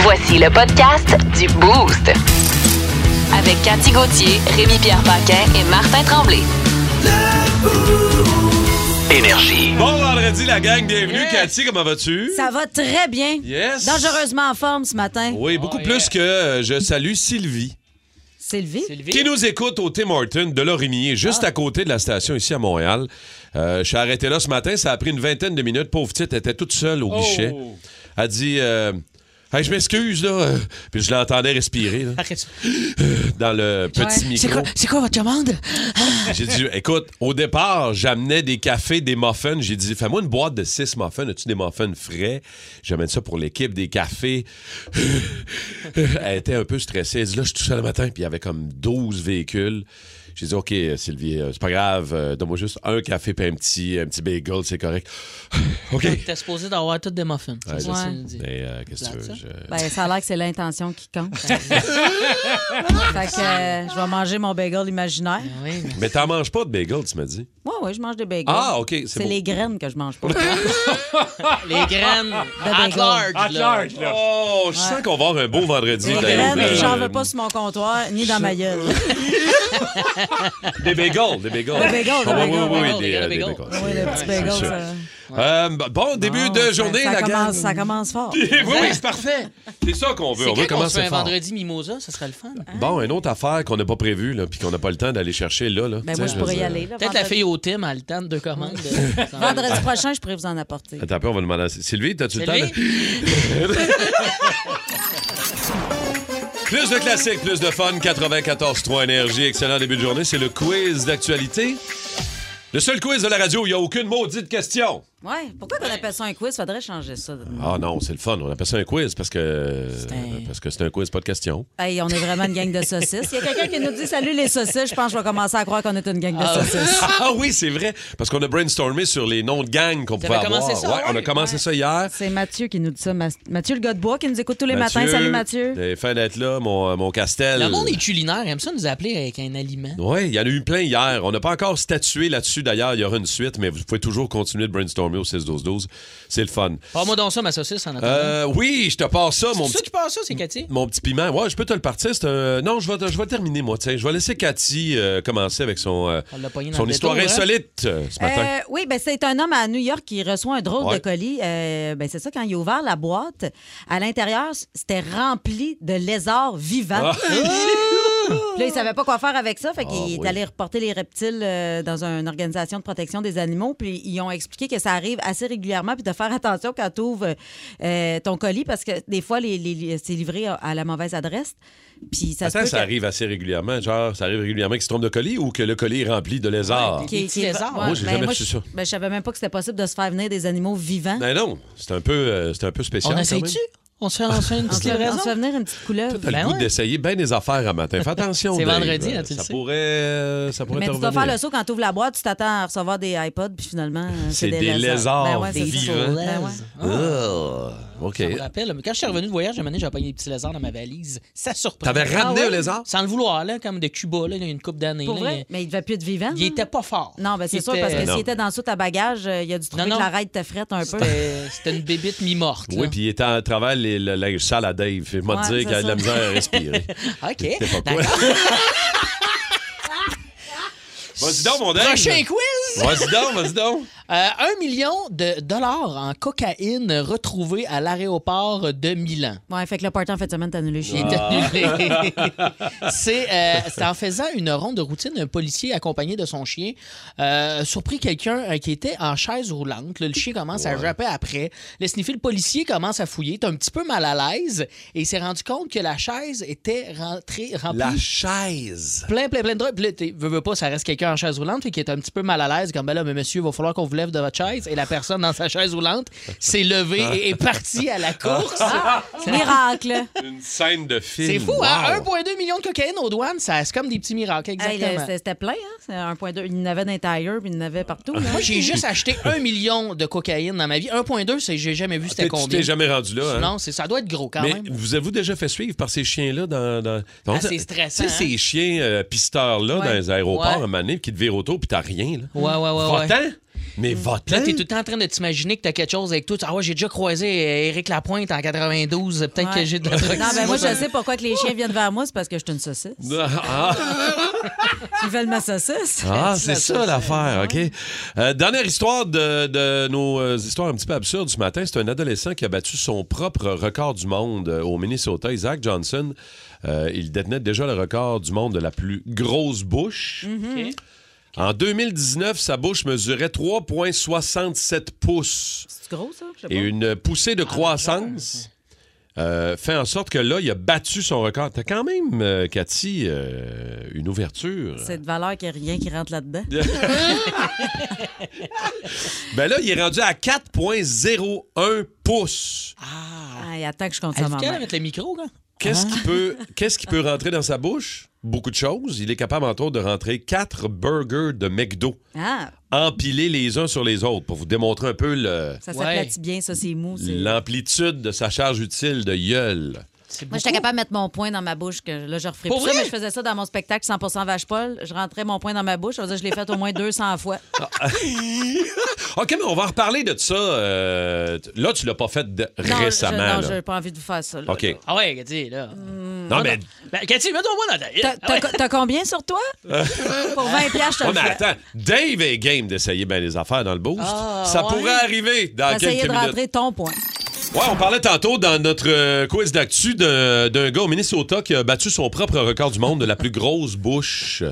Voici le podcast du Boost. Avec Cathy Gauthier, Rémi-Pierre Paquin et Martin Tremblay. Énergie. Bon vendredi, la gang, bienvenue. Cathy, comment vas-tu? Ça va très bien. Yes. Oh. Dangereusement Oh, en forme ce matin. Oui, beaucoup plus que euh, je salue Sylvie, Sylvie. qui nous écoute au Tim Horton de Lorimier, juste Ah. à côté de la station ici à Montréal. Euh, je suis arrêté là ce matin, ça a pris une vingtaine de minutes. Pauvre petite, elle était toute seule Oh. au guichet. Elle dit euh, Hey, Je m'excuse, là. Euh, Puis je l'entendais respirer là, dans le petit micro. votre commande? J'ai dit Écoute, au départ, j'amenais des cafés, des muffins. J'ai dit Fais-moi une boîte de six muffins. As-tu des muffins frais J'amène ça pour l'équipe, des cafés. elle était un peu stressée. Elle dit, là, je suis tout seul le matin, puis il y avait comme 12 véhicules. J'ai dit, OK, euh, Sylvie, euh, c'est pas grave, euh, donne-moi juste un café puis un petit, un petit bagel, c'est correct. OK. T'es supposé d'avoir toutes des muffins. C'est ça, ouais. c'est dit. Mais euh, qu'est-ce que tu veux? Plate, je- Ben, ça a l'air que c'est l'intention qui compte. fait que euh, je vais manger mon bagel imaginaire. Oui, mais- Mais t'en manges pas de bagel, tu m'as dit. Oui, oui, je mange des bagels. Ah, OK, c'est C'est beau. les graines que je mange pas. Les graines at bagel. large. là. Oh, je sens qu'on va avoir un beau vendredi. Les d'ailleurs. graines, j'en Euh, veux pas sur mon comptoir ni dans ma gueule. Des bagels, des bagels. Ah, Des bagels, des Oui, oui, bagels, oui, des oui, des, bagels, euh, des des bagels. bagels. Oui, le petit bagel, sûr. ça. Euh, bon, début de ça- journée, ben, ça la gang. commence, ça commence fort. oui, oui, c'est parfait. C'est ça qu'on veut. Hein? C'est on veut quand qu'on se commencer fait un fort. vendredi mimosa, ça serait le fun. Bon, une autre affaire qu'on n'a pas prévue, là, puis qu'on n'a pas le temps d'aller chercher là. euh, là. Ben, Tu moi, sais, je pourrais veux y dire- aller. là, Peut-être la vendredi- fille au thym a le temps de deux commandes. Vendredi prochain, je pourrais vous en apporter. Attends un peu, on va demander à Sylvie, t'as-tu le temps? Sylvie? de- plus de classiques, plus de fun, 94-3 Énergie, excellent début de journée. C'est le quiz d'actualité. Le seul quiz de la radio où il n'y a aucune maudite question. Ouais, pourquoi qu'on appelle ça un quiz? Faudrait changer ça. Ah non, c'est le fun. On appelle ça un quiz parce que un- parce que c'est un quiz, pas de question. Hey, on est vraiment une gang de saucisses. Il y a quelqu'un qui nous dit salut les saucisses. Je pense que je vais commencer à croire qu'on est une gang de saucisses. Ah oui, c'est vrai. Parce qu'on a brainstormé sur les noms de gangs qu'on pouvait avez avoir. commencé ça, Ouais, ouais. on a commencé ça hier. C'est Mathieu qui nous dit ça. Ma- Mathieu le Godbois qui nous écoute tous les matins. Mathieu, Salut Mathieu. t'es fin d'être là, mon, mon Castel. Le monde est culinaire, aime ça nous appeler avec un aliment. Oui, il y en a eu plein hier. On n'a pas encore statué là-dessus. D'ailleurs, il y aura une suite, mais vous pouvez toujours continuer de brainstormer au 6-12-12. C'est le fun. Parle-moi donc ça, ma saucisse, en attendant. Euh, oui, je te passe ça, C'est mon ça petit, qui passe ça, c'est Cathy? mon petit piment. Ouais, je peux te le partir. c'est un- Non, je vais, te- je vais le terminer, moi. Tiens, je vais laisser Cathy euh, commencer avec son, euh, On l'a pogné dans son le histoire détour, hein? insolite euh, ce matin. Euh, oui, ben c'est un homme à New York qui reçoit un drôle Ouais. de colis. Euh, ben c'est ça, quand il a ouvert la boîte, à l'intérieur, c'était rempli de lézards vivants. Ah. Puis là, il savait pas quoi faire avec ça, fait qu'il Ah, est oui. allé reporter les reptiles euh, dans une organisation de protection des animaux. Puis ils ont expliqué que ça arrive assez régulièrement, puis de faire attention quand tu ouvres euh, ton colis, parce que des fois, les, les- les- c'est livré à- à la mauvaise adresse. Puis Eh, ça se Attends, peut ça que- arrive assez régulièrement. Genre, ça arrive régulièrement qu'il se trompe de colis ou que le colis est rempli de lézards. Des petits lézards. Moi, j'ai jamais moi, su je- ça. ben, je savais même pas que c'était possible de se faire venir des animaux vivants. Ben non, c'est un peu, euh, c'est un peu spécial. On quand essaye-tu? même. On se fait, on se fait une On se petite fait on livraison? se fait venir une petite couleuvre. T'as Ben le goût ouais. d'essayer bien des affaires à matin. Fais attention. C'est Dave. vendredi, hein, tu le ça sais. pourrait, euh, ça pourrait Mais te tu dois faire revenir. le saut quand tu ouvres la boîte, tu t'attends à recevoir des iPods, puis finalement, euh, C'est des lézards Ben ouais, c'est ça. vivants. Ben ouais. Ah, OK. Je me rappelle, mais quand je suis revenu de voyage, j'ai j'ai pogné des petits lézards dans ma valise. Ça surprend. T'avais ramené Ah ouais? un lézard? Sans le vouloir, là, comme de Cuba, là, il y a une couple d'années. Pour là, vrai? il- Mais il devait plus être vivant. Il là. était pas fort. Ah, Non, ben c'est Il sûr, était- parce que Non. s'il était dans le saut à bagages, euh, il a dû trouver Non, que non. la raide était frette un peu. C'était c'était une bébite mi-morte. là. Oui, puis il était à travers les, la, la salle à Dave. Il m'a Ouais, dit qu'il c'est a de la ça. misère à respirer. OK. C'était pas quoi. D'accord. Vas-y donc, mon Dave. Prochain quiz! Vas-y donc, vas-y donc. Euh, un million de dollars en cocaïne retrouvé à l'aéroport de Milan. Ouais, fait que le party en fait de semaine, t'as annulé chez Il est Ah. annulé. C'est euh, c'est en faisant une ronde de routine, un policier accompagné de son chien euh, surpris quelqu'un euh, qui était en chaise roulante. Là, le chien commence à japper après. Le sniffer, le policier commence à fouiller. est un petit peu mal à l'aise et il s'est rendu compte que la chaise était rentrée, remplie La chaise. plein, plein, plein de drogues. Puis là, tu veux, veux pas, ça reste quelqu'un en chaise roulante fait qui est un petit peu mal à l'aise, comme ben là, mais monsieur, il va falloir qu'on vous lève de votre chaise. Et la personne dans sa chaise roulante s'est levée et est partie à la course. Ah. Ah. Miracle! Une scène de film. C'est fou, hein? Wow. 1,2 million de cocaïne aux douanes, ça c'est comme des petits miracles, Hey, là, exactement. c'était- C'était plein, hein? C'est 1,2. Il y en avait dans les tailleurs, puis il y en avait partout. là. Moi, j'ai juste acheté 1 million de cocaïne dans ma vie. 1,2, c'est j'ai jamais vu c'était T'es- Tu combien. t'es jamais rendu là, hein? Non, c'est- ça doit être gros quand Mais même. Ah, vous avez-vous déjà fait suivre par ces chiens-là dans. dans... Donc, c'est ça- stressant, hein? Tu sais, ces chiens euh, pisteurs-là Ouais. dans les aéroports, Ouais. à un moment donné, qui te virent autour, puis t'as rien, là. Ouais, ouais, ouais, ouais. Votant? Mais vote Là, t'es tout le temps en train de t'imaginer que t'as quelque chose avec toi. Ah ouais, j'ai déjà croisé Eric Lapointe en 92. Peut-être que Ouais. j'ai de la drogue. Non, ben moi, je sais pourquoi que les chiens viennent vers moi, c'est parce que je suis une saucisse. Ah, Ils veulent ma saucisse. ah, c'est ça l'affaire, OK. Euh, dernière histoire de, de nos euh, histoires un petit peu absurdes ce matin. C'est un adolescent qui a battu son propre record du monde euh, au Minnesota. Isaac Johnson, euh, il détenait déjà le record du monde de la plus grosse bouche. Ok. En 2019, sa bouche mesurait 3,67 pouces. C'est gros, ça? Je sais Et pas. une poussée de croissance euh, fait en sorte que là, il a battu son record. T'as quand même, euh, Cathy, euh, une ouverture. C'est de valeur qu'il n'y a rien qui rentre là-dedans. Ben là, il est rendu à 4,01 pouces. Ah. Ah, il attend que je compte ça, Elle maman. est avec le micro, là? Qu'est-ce qui peut, qu'est-ce qui peut rentrer dans sa bouche? Beaucoup de choses. Il est capable, entre autres, de rentrer 4 burgers de McDo, Ah, empilés les uns sur les autres, pour vous démontrer un peu le- ça Ouais. s'aplatit bien, ça, c'est mou. c'est- l'amplitude de sa charge utile de gueule. C'est Moi, j'étais beaucoup. capable de mettre mon poing dans ma bouche, que là, je referais Pour plus ça, vrai? mais je faisais ça dans mon spectacle 100% vache Paul. Je rentrais mon poing dans ma bouche, ça veut dire que je l'ai fait au moins 200 fois. OK, mais on va en reparler de ça. euh, t- là, tu l'as pas fait de- Non, je- Mm. récemment. non, là. j'ai pas envie de vous faire ça. là. OK. Ah ouais, Cathy, là. Non, Ah, mais, Ben, Cathy, mets-toi moi dans la... T'as Ah ouais. t'as co- t'as combien sur toi? Pour 20 piastres, je te ouais, le mais fais. attends, Dave est game d'essayer bien les affaires dans le boost. Ah, ça ouais. pourrait arriver dans Essayez quelques de minutes. rentrer ton point. Ouais, on parlait tantôt dans notre euh, quiz d'actu d'un d'un gars au Minnesota qui a battu son propre record du monde de la plus grosse bouche.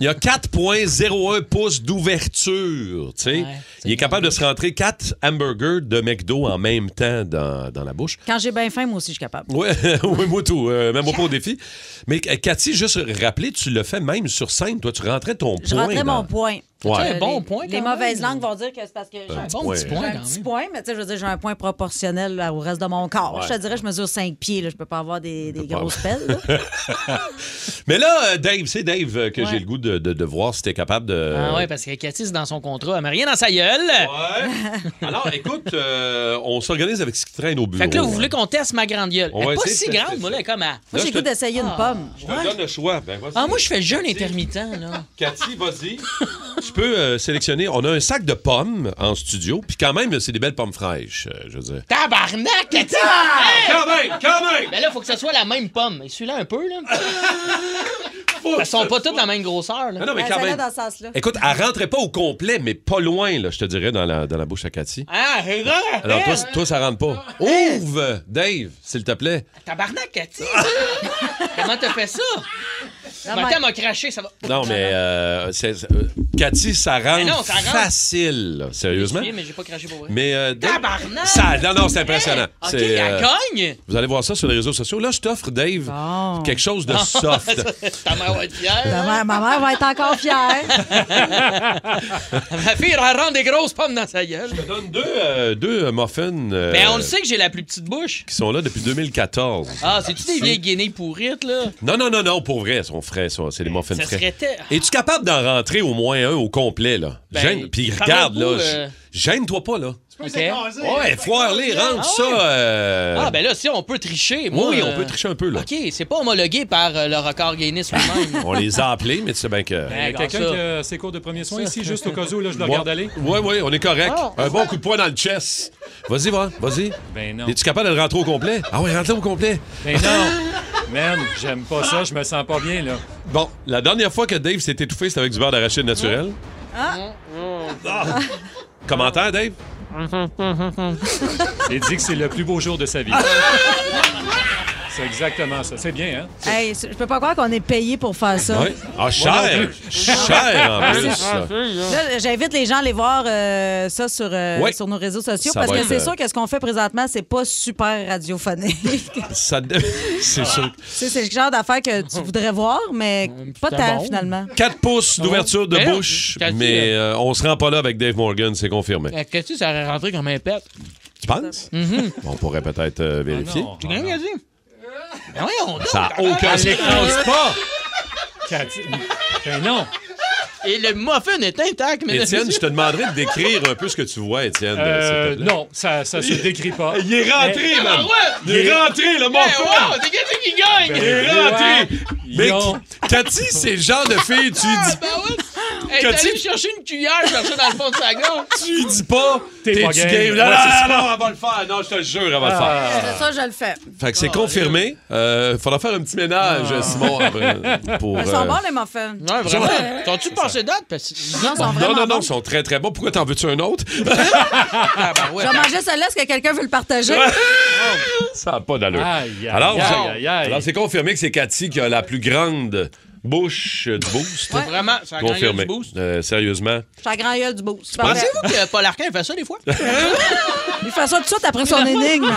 Il a 4,01 pouces d'ouverture. tu sais. Ouais, c'est Il est capable de se rentrer 4 hamburgers de McDo en même temps dans, dans la bouche. Quand j'ai bien faim, moi aussi, je suis capable. Ouais, oui, moi tout, euh, même pas au défi. Mais euh, Cathy, juste rappeler, tu le fais même sur scène. Toi, tu rentrais ton Je poing. rentrais dans- mon poing. Ouais. Un Euh, bon les- point, Les quand même. mauvaises langues vont dire que c'est parce que j'ai un Un Ah bon petit Ouais. point, un quand petit même. point, mais tu sais, je veux dire, j'ai un point proportionnel là, au reste de mon corps. Ouais. Je te dirais, je mesure 5 pieds, là, je peux pas avoir des, des peux pas grosses pelles. là. Mais là, euh, Dave, c'est Dave euh, que Ouais. j'ai le goût de, de- de voir si t'es capable de. Ah ouais, parce que Cathy, c'est dans son contrat. Elle met rien dans sa gueule. Euh, Ouais. Alors, écoute, euh, on s'organise avec ce qui traîne au bureau. Fait que là, vous voulez qu'on teste ma grande gueule. On Elle va est pas essayer si de grande, tester moi, là, ça. comme à... Moi, j'ai je le goût te- d'essayer une pomme. Ah. Je te donne le choix. Ben, voici. Ah, moi, je fais jeûne intermittent, là. Cathy, vas-y. tu peux euh, sélectionner. On a un sac de pommes en studio, puis quand même, c'est des belles pommes fraîches, euh, je veux dire. Tabarnak, Cathy! Quand même, quand même! Ben là, faut que ce soit la même pomme. Et celui-là, un peu, là. Elles sont pas toutes la même grosseur, là. Ah, Non, non, mais Elle quand s'allait même. dans ce sens-là. Écoute, elle rentrait pas au complet, mais pas loin, là, je te dirais, dans la, dans la bouche à Cathy. Ah, regarde! Alors, toi, toi, ça rentre pas. Eh. Ouvre, Dave, s'il te plaît. hein? Tabarnak, Cathy! Comment t'as fait ça? Non, Ma mais- m'a craché, ça va. Non, mais euh, c'est- c'est- euh, Cathy, ça rentre, non, ça rentre. facile, là, sérieusement. Oui, mais j'ai pas craché pour vrai. Mais euh, Dave- Tabarnak! ça, non, non, c'est impressionnant. OK, C'est, elle euh, cogne! vous allez voir ça sur les réseaux sociaux. Là, je t'offre, Dave, Bon. quelque chose de soft. Ta mère va être fière. Ma mère, ma mère va être encore fière. Ma fille, elle rend des grosses pommes dans sa gueule. Je te donne deux, euh, deux euh, muffins euh, Ben, on le sait que j'ai la plus petite bouche. qui sont là depuis 2014. Ah, c'est-tu des vieilles guinées pourrites, là? Non, non, non, non, pour vrai, ils sont frais, ça, c'est des muffins Ça frais. serait... te- Es-tu capable d'en rentrer au moins un au complet, là? Ben, Gêne- Puis par regarde, le bout, là, euh, je- gêne-toi pas, là. OK. Ouais, ben, foire-les, rentre Ah ça. ouais? euh, Ah, ben là, si on peut tricher, moi... oui, euh, on peut tricher un peu, là. OK, c'est pas homologué par euh, le record Guinness lui-même. On les a appelés, mais tu sais bien que... Ben, Il y a quelqu'un ça. qui a ses cours de premiers soins ici, juste au cas où là, je le Ouais. regarde aller. Ouais, ouais, on est correct. Oh. Un bon coup de poing dans le chest. Vas-y, va, vas-y. Ben non. Es-tu capable de le rentrer au complet? Ah ouais, rentre au complet. Ben non. Man, j'aime pas ça, je me sens pas bien là. Bon, la dernière fois que Dave s'est étouffé, c'était avec du beurre d'arachide naturel. Ah. Commentaire, Dave? Il dit que c'est le plus beau jour de sa vie. C'est exactement ça. C'est bien, hein? Hey, je peux pas croire qu'on est payé pour faire ça. Oui. Ah, cher! Cher, en plus. Là, J'invite les gens à aller voir euh, ça sur, euh, Ouais. sur nos réseaux sociaux Ça parce va que être, c'est euh, sûr que ce qu'on fait présentement, c'est pas super radiophonique. Tu Ça de- C'est sûr. sais, c'est le genre d'affaires que tu voudrais voir, mais pas C'était tant bon. finalement. 4 pouces d'ouverture de Ben non, bouche, t'as dit, mais euh, on se rend pas là avec Dave Morgan, c'est confirmé. Euh, Qu'est-ce que ça aurait rentré comme un pet? Tu penses? On pourrait peut-être euh, vérifier. Ah Non. Ah, Rien, Cathy? Ben voyons donc! Ça a aucun Elle sens. l'écrase pas! Cathy- Ben non! Et le muffin est intact, mais... Étienne, je te demanderai de décrire un peu ce que tu vois, Étienne. Euh, s'il te plaît. non, ça, ça se décrit pas. Il est rentré, Mais- man! Il est rentré, le Hey, morceau! Ah, Ben, wow, c'est Cathy qui Ben, gagne! Il est rentré! Ils Mais ont- Cathy, c'est le genre de fille, tu lui Ah, dis. ben, Elle est Que tu- allée chercher une cuillère, chercher dans le fond de sa gorge. Tu dis pas, T'es t'es pas du game. game. Non, Ouais, non, c'est Ah. non, elle va le faire. Non, je te le jure, elle va le faire. Ça, je le fais. Fait que c'est confirmé. Euh, faudra faire un petit ménage, Ah. Simon, après, pour. Ils sont euh, bons, les muffins. Ouais, vraiment. T'as-tu passé date? Parce que. Non, ils sont Non, vraiment non, non, bons. ils sont très, très bons. Pourquoi t'en veux-tu un autre? Ah, ben ouais. Je vais manger celle-là. Est-ce que quelqu'un veut le partager? Ça n'a pas d'allure. Aïe, aïe, Alors, aïe, aïe, aïe. alors, c'est confirmé que c'est Cathy qui a la plus grande bouche du boost. Vraiment, ça a gagné Confirmé. du boost. Euh, sérieusement. Je suis la grand gueule du beau. C'est penses- parfait. Pensez-vous que Paul Arcand il fait ça des fois? Il fait ça tout de suite après son énigme.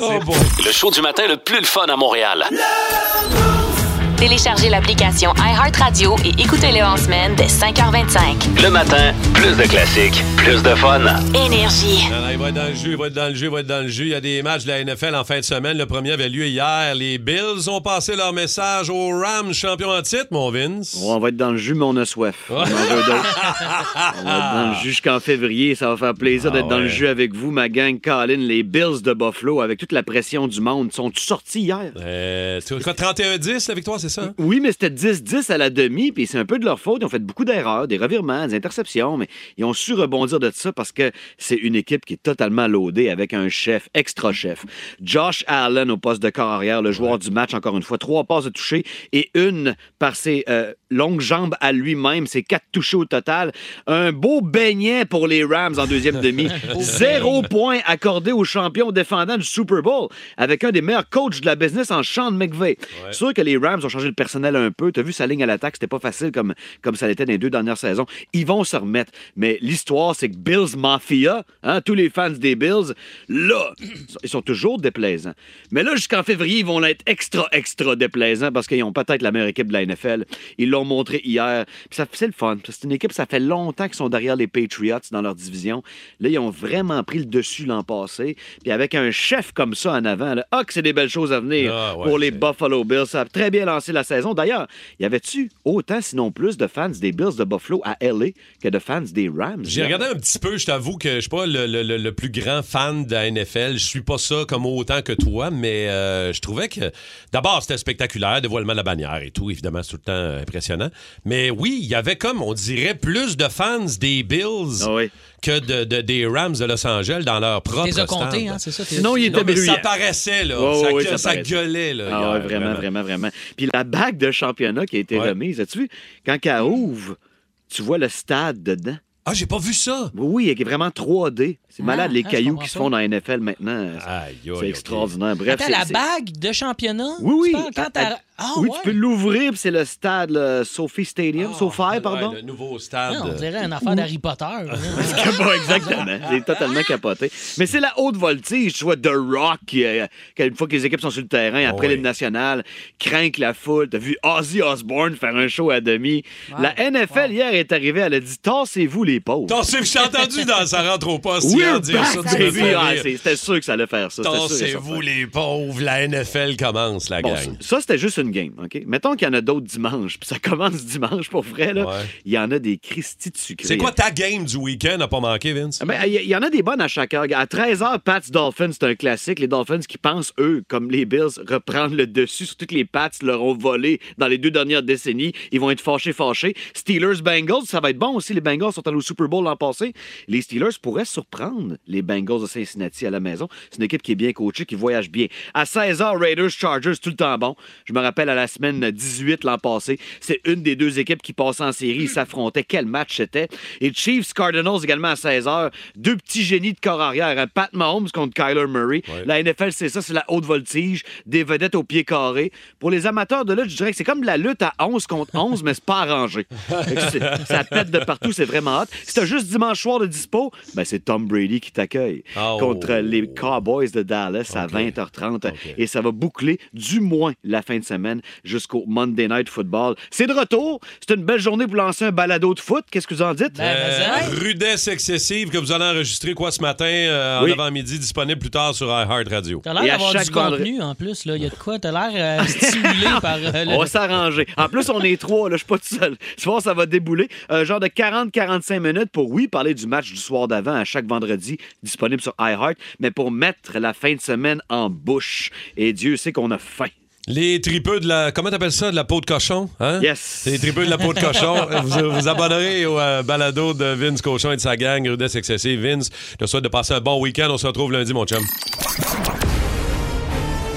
Oh, Le show du matin le plus le fun à Montréal. Téléchargez l'application iHeartRadio et écoutez-le en semaine dès 5h25. Le matin, plus de classiques, plus de fun. Énergie. Non, non, il va être dans le jus, il va être dans le jus, il va être dans le jus. Il y a des matchs de la NFL en fin de semaine. Le premier avait lieu hier. Les Bills ont passé leur message aux Rams, champion en titre, mon Vince. Ouais, on va être dans le jus, mais on a soif. On en veut d'autres. on va être dans le jus jusqu'en février. Ça va faire plaisir Ah d'être dans ouais. le jus avec vous, ma gang. Colin, les Bills de Buffalo, avec toute la pression du monde, sont-ils sortis hier? Euh, tu- quoi, 31-10, la victoire, c'est ça? hein? Oui, mais c'était 10-10 à la demi, puis c'est un peu de leur faute. Ils ont fait beaucoup d'erreurs, des revirements, des interceptions, mais ils ont su rebondir de ça parce que c'est une équipe qui est totalement loadée avec un chef, extra-chef. Josh Allen au poste de corps arrière, le joueur du match, encore une fois, trois passes de toucher et une par ses euh, longues jambes à lui-même, ses quatre touchés au total. Un beau beignet pour les Rams en deuxième demi. Zéro point accordé au champion défendant du Super Bowl avec un des meilleurs coachs de la business en Sean McVay. Sûr que les Rams ont changé le personnel un peu. T'as vu sa ligne à l'attaque, c'était pas facile comme, comme ça l'était dans les deux dernières saisons. Ils vont se remettre. Mais l'histoire, c'est que Bills Mafia, hein, tous les fans des Bills, là, ils sont toujours déplaisants. Mais là, jusqu'en février, ils vont l'être extra, extra déplaisants parce qu'ils ont peut-être la meilleure équipe de la NFL. Ils l'ont montré hier. Puis ça, c'est le fun. Puis C'est une équipe, ça fait longtemps qu'ils sont derrière les Patriots dans leur division. Là, ils ont vraiment pris le dessus l'an passé. Puis avec un chef comme ça en avant, là, ah, que c'est des belles choses à venir Ah, ouais, pour les c'est- Buffalo Bills. Ça a très bien lancé la saison. D'ailleurs, y avait-tu autant, sinon plus, de fans des Bills de Buffalo à LA que de fans des Rams? J'ai regardé un petit peu, je t'avoue que je suis pas le, le- le- le plus grand fan de la NFL. Je suis pas ça comme autant que toi, mais euh, je trouvais que d'abord c'était spectaculaire, dévoilement de la bannière et tout, évidemment, c'est tout le temps euh, impressionnant. Mais oui, il y avait comme on dirait plus de fans des Bills Ah oui. que de, de- des Rams de Los Angeles dans leur propre T'es stade. compté, hein, c'est ça? t'es- Sinon, il Non, était mais ça bruyant. paraissait, là. Ouais, ça, ouais, ouais, gue- ça ça paraissait. gueulait, là. Ah Euh, hier, ouais, vraiment, vraiment, vraiment, Puis la bague de championnat qui a été Ouais. remise, as-tu vu? Quand elle ouvre, tu vois le stade dedans. Ah, j'ai pas vu ça. Oui, il est vraiment 3D. C'est malade, les ah, je cailloux comprends qui se pas. font dans la NFL maintenant. Aïe, aïe, c'est aïe. extraordinaire. Bref, Attends, c'est- la c'est- bague de championnat? Oui, oui. Tu parles Quand t'as- Ah, oui, ouais. tu peux l'ouvrir, puis c'est le stade le Sophie Stadium, Ah, SoFi, pardon. Ouais, le nouveau stade. Ah, on dirait une affaire d'Harry Potter. hein. Pas exactement. J'ai totalement capoté. Mais c'est la haute voltige. Tu vois The Rock, qui, euh, qui, une fois que les équipes sont sur le terrain, après Oui. l'hymne national, craint la foule. T'as vu Ozzy Osbourne faire un show à demi. La NFL, hier, est arrivée. Elle a dit Tassez-vous, les pauvres. Tassez-vous, j'ai entendu dans sa rentre au poste hier We're dire ça. back, tu me baby! fais Ah, rire. c'est- C'était sûr que ça allait faire ça. c'était sûr et Tassez-vous, certain. les pauvres. La NFL commence, la Bon, gang. ça, c'était juste une game, OK? Mettons qu'il y en a d'autres dimanche, puis ça commence dimanche pour vrai, là. Ouais. Il y en a des Christy de sucré. C'est quoi ta game du week-end à pas manquer, Vince? Ah ben, Il y- il y en a des bonnes à chaque heure. À 13h, Pats Dolphins, c'est un classique. Les Dolphins qui pensent, eux, comme les Bills, reprendre le dessus sur toutes les Pats leur ont volé dans les deux dernières décennies. Ils vont être fâchés, fâchés. Steelers, Bengals, ça va être bon aussi. Les Bengals sont allés au Super Bowl l'an passé. Les Steelers pourraient surprendre les Bengals de Cincinnati à la maison. C'est une équipe qui est bien coachée, qui voyage bien. À 16h, Raiders, Chargers, tout le temps bon. Je me rappelle à la semaine 18 l'an passé, c'est une des deux équipes qui passait en série. Ils s'affrontaient. Quel match c'était. Et Chiefs, Cardinals également à 16h. Deux petits génies de corps arrière. hein. Pat Mahomes contre Kyler Murray. La NFL, c'est ça, c'est la haute voltige. Des vedettes au pied carré. Pour les amateurs de lutte, je dirais que c'est comme de la lutte à 11 contre 11, mais c'est pas arrangé. Fait que c'est- ça pète de partout, c'est vraiment hot. Si t'as juste dimanche soir de dispo, ben c'est Tom Brady qui t'accueille Oh. contre les Cowboys de Dallas à 20h30. Et ça va boucler du moins la fin de semaine jusqu'au Monday Night Football. C'est de retour. C'est une belle journée pour lancer un balado de foot. Qu'est-ce que vous en dites? Ben, mais, hein. Euh, Rudesse excessive que vous allez enregistrer quoi ce matin euh, en Oui. avant-midi, disponible plus tard sur iHeartRadio. T'as Et l'air à d'avoir chaque du vendredi- contenu en plus. là. Il y a de quoi? T'as l'air euh, stimulé par euh, le. On va s'arranger. En plus, on est trois, là, je suis pas tout seul. Ce soir, ça va débouler. Un genre de 40-45 minutes pour, oui, parler du match du soir d'avant à chaque vendredi, disponible sur iHeart, mais pour mettre la fin de semaine en bouche. Et Dieu sait qu'on a faim. Les tripeux de la. Comment t'appelles ça? De la peau de cochon? Hein? Yes. Les tripeux de la peau de cochon. vous vous abonnerez au euh, balado de Vince Cochon et de sa gang, Rudesse Excessive. Vince, je te souhaite de passer un bon week-end. On se retrouve lundi, mon chum.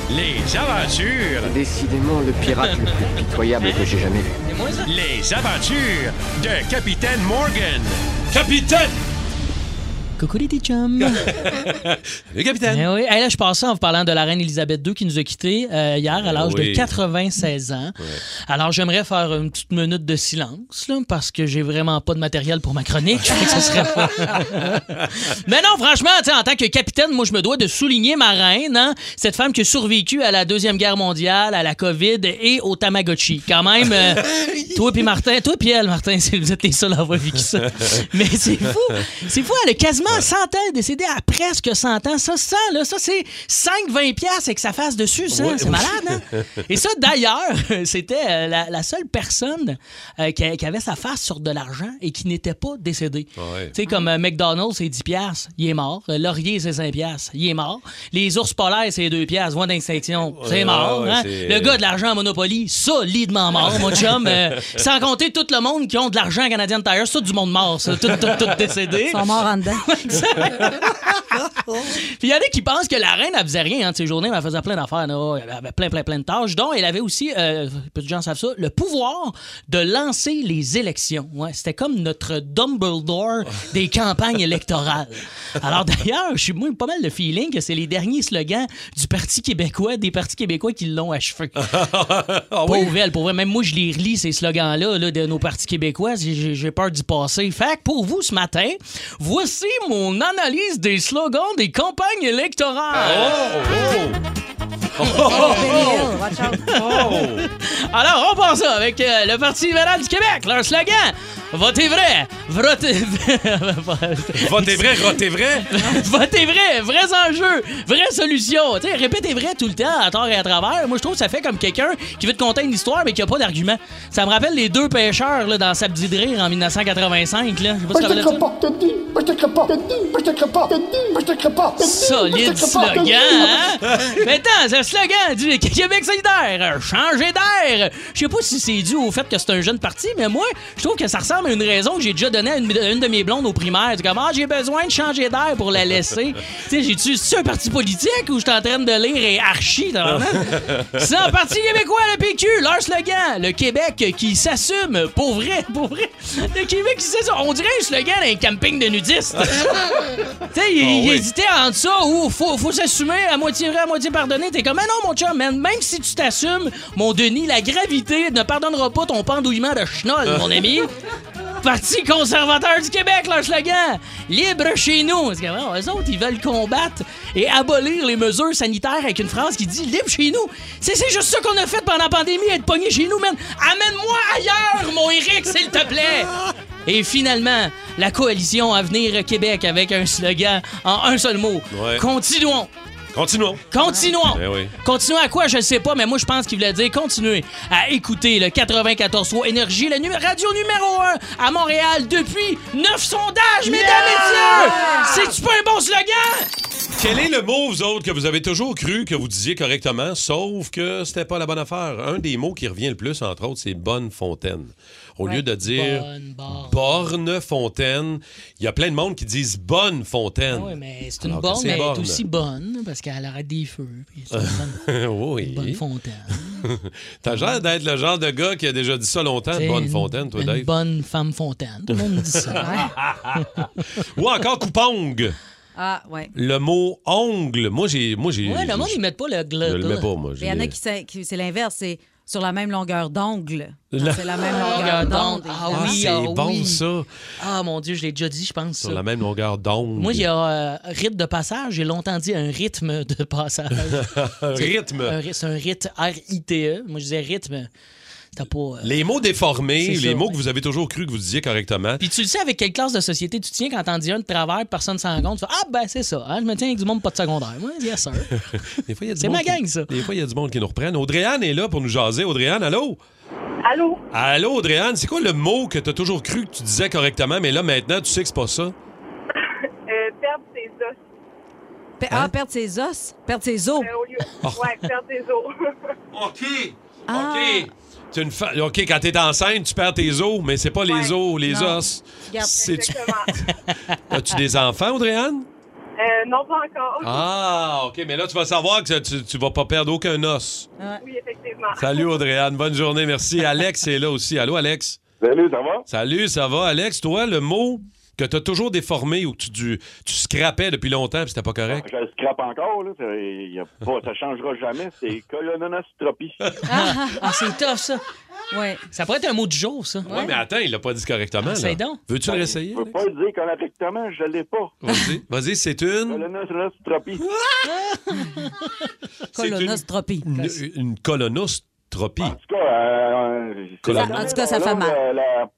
Les aventures, Décidément le pirate le plus pitoyable que j'ai jamais vu. les aventures de Capitaine Morgan. Capitaine! Coucou les petits chums. Le capitaine! Eh oui. Hey, là, je passais en vous parlant de la reine Elisabeth II qui nous a quittés euh, hier à l'âge oui. de 96 ans. Alors, j'aimerais faire une petite minute de silence là, parce que j'ai vraiment pas de matériel pour ma chronique. Fait que ce serait pas- Mais non, franchement, tu sais, en tant que capitaine, moi, je me dois de souligner ma reine, hein, cette femme qui a survécu à la Deuxième Guerre mondiale, à la COVID et au Tamagotchi. Quand même, euh, toi puis Martin, toi puis elle, Martin, c'est- vous êtes les seuls à avoir vécu ça. Mais c'est fou, c'est fou, elle a quasiment 100 ans, elle est décédée à presque 100 ans. Ça, ça, là, ça, c'est 5-20 piastres avec sa face dessus, ça. Ouais, c'est oui. malade, hein? Et ça, d'ailleurs, c'était euh, la, la seule personne euh, qui, a- qui avait sa face sur de l'argent et qui n'était pas décédée. Ouais. Tu sais, comme euh, McDonald's, c'est 10 piastres, il est mort. Euh, Laurier, c'est 5 piastres, il est mort. Les ours polaires, c'est 2 piastres, voie d'extinction, Ouais, c'est mort. ouais, hein? c'est- Le gars de l'argent à Monopoly, solidement mort, mon chum. Euh, sans compter tout le monde qui ont de l'argent à Canadian Tire, c'est tout du monde mort, ça. Tout, tout, tout décédé. Ils sont morts en dedans. Puis il y en a qui pensent que la reine, elle faisait rien hein, de ses journées, mais elle faisait plein d'affaires. là. Elle avait plein, plein, plein de tâches. Donc, elle avait aussi, euh, peu de gens savent ça, le pouvoir de lancer les élections. Ouais, C'était comme notre Dumbledore des campagnes électorales. Alors d'ailleurs, je suis moi, pas mal de feeling que c'est les derniers slogans du Parti québécois, des partis québécois qui l'ont achevé. Ah oui? Pauvre elle, pour vrai. Même moi, je les relis, ces slogans-là, là, de nos partis québécois. J'ai j'ai peur d'y passer. Fait que pour vous, ce matin, voici mon analyse des slogans des campagnes électorales. Ah. Benny Hill, watch out. Alors, on part ça avec euh, le Parti libéral du Québec, leur slogan. Votez vrai, votez... Votez vrai, votez vrai! Votez vrai, vrais enjeux, vraies solutions. Tu sais, répétez vrai tout le temps, à tort et à travers. Moi, je trouve que ça fait comme quelqu'un qui veut te conter une histoire, mais qui a pas d'argument. Ça me rappelle les deux pêcheurs là, dans Samedi de rire en 1985. Là. Je sais pas si ça rappelle ça. Solide slogan, hein? Maintenant, ce slogan du Québec solidaire, euh, changer d'air. Je sais pas si c'est dû au fait que c'est un jeune parti, mais moi, je trouve que ça ressemble à une raison que j'ai déjà donnée à une, une de mes blondes au primaire. C'est comme, ah, j'ai besoin de changer d'air pour la laisser. tu sais, j'ai-tu, c'est un parti politique ou je suis en train de lire et archi, tabarnak? C'est un parti québécois, le PQ, leur slogan. Le Québec qui s'assume, pour vrai, pour vrai. Le Québec qui s'assume. On dirait un slogan d'un camping de nudistes. Tu sais, il, il oui. hésitait entre ça ou faut, faut s'assumer à moitié vrai, à moitié pardonné. T'es comme, mais non, mon chum, man, même si tu t'assumes, mon Denis, la gravité ne pardonnera pas ton pendouillement de schnoll, mon ami. Parti conservateur du Québec, leur slogan. Libre chez nous. Parce que, bon, eux autres, ils veulent combattre et abolir les mesures sanitaires avec une phrase qui dit libre chez nous. C'est c'est juste ça qu'on a fait pendant la pandémie, être pogné chez nous, man. Amène-moi ailleurs, mon Eric, s'il te plaît. Et finalement, la coalition Avenir Québec avec un slogan en un seul mot. Ouais. Continuons. Continuons. Continuons. Ben oui. Continuons à quoi, je sais pas, mais moi, je pense qu'il voulait dire continuer à écouter le 94 3 Énergie, la nu- radio numéro 1 à Montréal depuis 9 sondages, mesdames et messieurs! C'est-tu pas un bon slogan? Quel est le mot, vous autres, que vous avez toujours cru que vous disiez correctement, sauf que c'était pas la bonne affaire? Un des mots qui revient le plus, entre autres, c'est bonne fontaine. Au lieu de dire Bonne barre. borne fontaine, il y a plein de monde qui disent bonne fontaine. Oui, Ah mais c'est une Alors que bonne, c'est mais elle est borne. aussi bonne parce qu'elle arrête des feux. puis C'est une bonne, une bonne oui. fontaine. T'as l'air d'être le genre de gars qui a déjà dit ça longtemps, Mm-hmm. C'est bonne une- fontaine, toi, une Dave. bonne femme fontaine. Tout le monde dit ça. Ou encore coupong, Ah, ouais. le mot ongle. Moi, j'ai. Moi, j'ai ouais, le monde, je- ils mettent pas le je glot. le mets pas, moi. Mais Il y en a qui, s'in- qui- c'est l'inverse, c'est sur la même longueur d'ongle. Quand La- C'est la même Longueur longueur d'onde. d'onde. Ah Ah, évidemment. oui, c'est ah bon, oui. ça. Ah, mon Dieu, je l'ai déjà dit, je pense. Sur ça. la même longueur d'ongle. Moi, il y a euh, rite de passage. J'ai longtemps dit un rythme de passage. Un rythme. Un ry- C'est un rite R-I-T-E. E. Moi, je disais rythme. T'as pas. euh, Les mots déformés, C'est les ça. mots que vous avez toujours cru que vous disiez correctement. Puis tu le sais avec quelle classe de société tu te tiens quand t'en dis un de travers, personne ne s'en compte. Tu fais Ah, ben c'est ça, hein, je me tiens avec du monde pas de secondaire. Moi, yes, sir. Des fois, il y a du C'est monde ma qui- gang, ça. Des fois, il y a du monde qui nous reprennent. Audrey-Anne est là pour nous jaser. Audrey-Anne, allô? Allô? Allô, Audrey-Anne, c'est quoi le mot que tu as toujours cru que tu disais correctement, mais là, maintenant, tu sais que c'est pas ça? Euh, perdre ses os. Pe- Ah, perdre ses os, perdre ses os. au lieu. Oh. Ouais, perdre des os. OK. Ah. OK. C'est une fa- OK, quand t'es enceinte, tu perds tes os, mais c'est pas les os, les Non. os. Garde. C'est- tu- Exactement. As-tu des enfants, Audrey-Anne? Euh, non, pas encore. Ah, OK, mais là, tu vas savoir que tu, tu vas pas perdre aucun os. Oui, effectivement. Salut, Audrey-Anne. Bonne journée. Merci. Alex est là aussi. Allô, Alex? Salut, ça va? Salut, ça va, Alex? Toi, le mot que t'as toujours déformé ou que tu, du- tu scrapais depuis longtemps puis c'était pas correct? Je le scrape encore, là. Ça, y a pas, ça changera jamais. C'est colonoscopie. Ah, c'est tough, ça. Ouais. Ça pourrait être un mot du jour, ça. Ouais, mais attends, il l'a pas dit correctement. Ah, Essaye là. donc. Veux-tu le Je réessayer? peux Alex? pas le dire correctement, je l'ai pas. Vas-y, Vas-y, c'est une... Colonoscopie. c'est une- Colonoscopie. Une, une colonoscopie. En tout cas, euh, Colon- En tout cas, ça fait mal. la-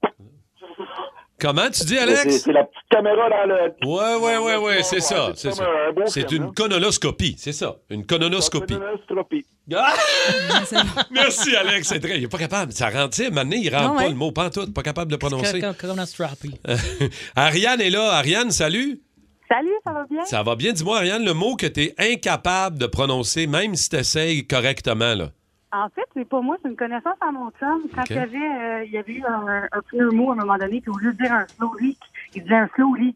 Comment tu dis, la- c'est Alex? c'est la petite caméra dans le. Ouais, ouais, ouais, ouais, c'est ça. Ouais, C'est c'est ça. comme un beau C'est film, une là. colonoscopie, c'est ça. Une colonoscopie. Colonoscopie. Ah! Hein, C'est bon. Merci, Alex. C'est très. Il est pas capable. Ça rentre. tu sais, maintenant, il rentre Non, pas ouais. le mot pantoute. Pas capable de prononcer. Comme- Comme dans Strappy. hein. Ariane est là. Ariane, salut. Salut, ça va bien? Ça va bien? Dis-moi, Ariane, le mot que tu es incapable de prononcer, même si tu essayes correctement, là. En fait, c'est pas moi, c'est une connaissance à mon chum. Quand Ok. il, y avait, euh, il y avait eu un, un pneumo à un moment donné, puis au lieu de dire un slow leak, il disait un slow leak.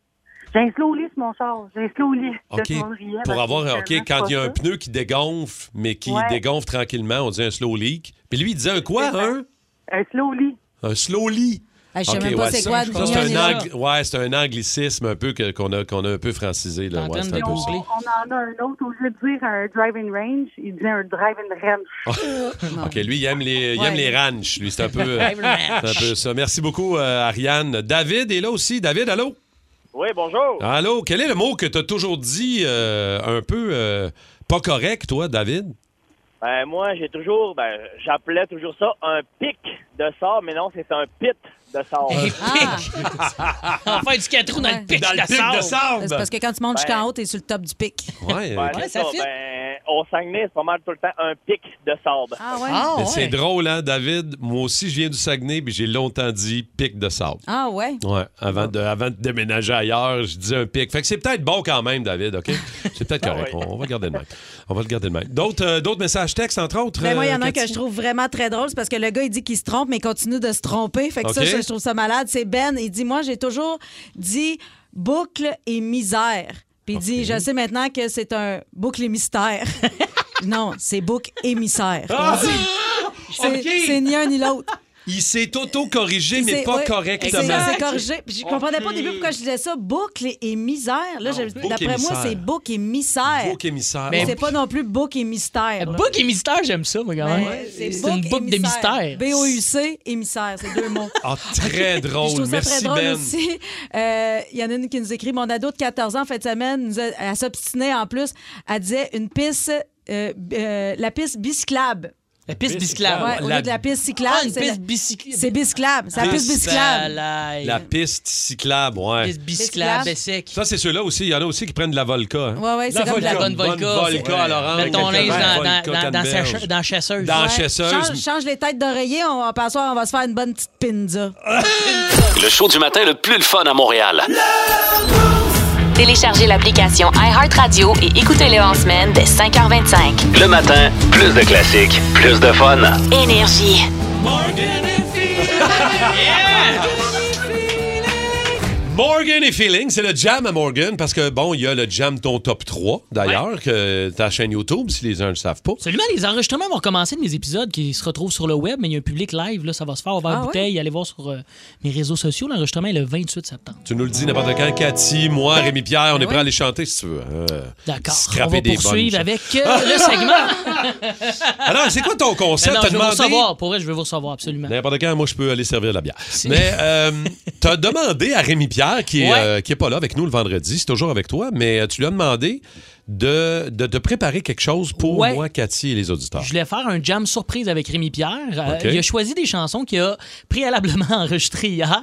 J'ai un slow leak, mon char. J'ai un slow leak. OK. Là, tout le monde riait, parce Pour que avoir. OK, finalement, quand c'est il y a pas un ça. pneu qui dégonfle, mais qui Ouais. dégonfle tranquillement, on dit un slow leak. Puis lui, il disait un quoi, C'est ça. hein? Un slow leak. Un slow leak. Hey, je sais Ok, même pas ouais, c'est ça, quoi. je une Ça, pense c'est que guignol, un, là. ang- ouais, c'est un anglicisme un peu que- qu'on a, qu'on a un peu francisé. Là. T'es en Ouais, train c'est de un peu On, ça. googler. on en a un autre. Au lieu de dire un driving range, il disait un driving range. OK, lui, il aime les, il aime Ouais. les ranchs. Lui, c'est un peu, euh, c'est un peu ça. Merci beaucoup, euh, Ariane. David est là aussi. David, allô? Oui, bonjour. Allô? Quel est le mot que tu as toujours dit euh, un peu euh, pas correct, toi, David? Ben, moi, j'ai toujours, ben, j'appelais toujours ça un pic de sort, mais non, c'est un pit de sort. Hey, Ah. pic! On va faire du 4 roues dans le Ouais. pic de sable. C'est parce que quand tu montes Ben. jusqu'en haut, t'es sur le top du pic. Ouais. Ben, ok. Ouais, c'est ça ça, fit. ben, au Saguenay, c'est pas mal tout le temps un pic de sable. Ah ouais? Ah, Mais C'est ouais. drôle, hein, David? Moi aussi, je viens du Saguenay, puis j'ai longtemps dit pic de sable. Ah ouais? Ouais, avant de, avant de déménager ailleurs, je disais un pic. Fait que c'est peut-être bon quand même, David, OK? C'est peut-être correct. on, on va le garder le même. On va le garder le même. D'autres euh, d'autres messages textes, entre autres? Ben, moi, il y en a euh, un que Cathy? je trouve vraiment très drôle. C'est parce que le gars, il dit qu'il se trompe, mais il continue de se tromper. Fait que ça, OK. je, je trouve ça malade. C'est Ben. Il dit Moi, j'ai toujours dit boucle et misère. Puis il dit Je sais maintenant que c'est un boucle et mystère. non, c'est boucle émissaire. Ah! C'est OK. c'est ni un ni l'autre. Il s'est auto-corrigé, Il mais s'est- pas ouais, C'est correctement. ça, c'est corrigé. Puis je comprenais pas au Ok. début pourquoi je disais ça. Boucle et- et misère. Là, je- bouc d'après moi, émissaire. c'est boucle et misère. Bouc émissaire. Mais- C'est pas non plus boucle et mystère. là. Bouc et mystère, j'aime ça, moi, quand Ben, même. c'est C'est bouc une boucle de mystère. B-O-U-C, émissaire. C'est deux mots. Ah, très Puis je drôle. trouve ça Merci, très drôle Ben. aussi. Euh, Il y en a une qui nous écrit Mon ado de 14 ans, en fin de semaine, nous a, elle s'obstinait en plus. Elle disait une piste, euh, b- euh, la piste bicyclable. La piste bicyclable. Ouais, Ouais. au Ah, la- lieu de la piste cyclable, Ah, une c'est piste la- bicyclable. c'est bicyclable. C'est la piste bicyclable. La piste cyclable, ouais. Piste bicyclable, Bicyclable. c'est sec. Ça, c'est ceux-là aussi. Il y en a aussi qui prennent de la volca. hein. Ouais, ouais, c'est La comme vodka. la. bonne Volca. Bonne volca à Ouais. l'orange. Mets ton linge quelques dans, verres, dans, Volca dans, dans, canneberge. sache- dans chasseuse. Dans Ouais. chasseuse. Change, change les têtes d'oreiller, on, en passant, on va se faire une bonne petite pinza. Le show du matin le plus le fun à Montréal. Téléchargez l'application iHeartRadio et écoutez-le en semaine dès 5h25. Le matin, plus de classiques, plus de fun. Énergie. Morgan et Feeling, c'est le jam à Morgan parce que, bon, il y a le jam ton top 3, d'ailleurs, que ta chaîne YouTube, si les uns ne le savent pas. Absolument, les enregistrements vont commencer de mes épisodes qui se retrouvent sur le web, mais il y a un public live, là, ça va se faire. On va à Ah bouteille, allez voir sur euh, mes réseaux sociaux. L'enregistrement est le 28 septembre. Tu nous le dis n'importe quand, Cathy, moi, Rémi Pierre, on est prêts à aller chanter si tu veux. Euh, D'accord. scraper On va des bonnes poursuivre chansons. avec euh, le segment. Alors, c'est quoi ton Mais concept? Ben non, T'as je veux vous demandé- recevoir. Pour vrai, je veux vous recevoir, absolument. N'importe quand, moi, je peux aller servir de la bière. Mais euh, t'as demandé à Rémi Pierre, qui est, Ouais. euh, qui est pas là avec nous le vendredi, c'est toujours avec toi, mais euh, tu lui as demandé de, de, de préparer quelque chose pour Ouais. moi, Cathy et les auditeurs. Je voulais faire un jam surprise avec Rémi Pierre. Euh, Ok. il a choisi des chansons qu'il a préalablement enregistrées hier.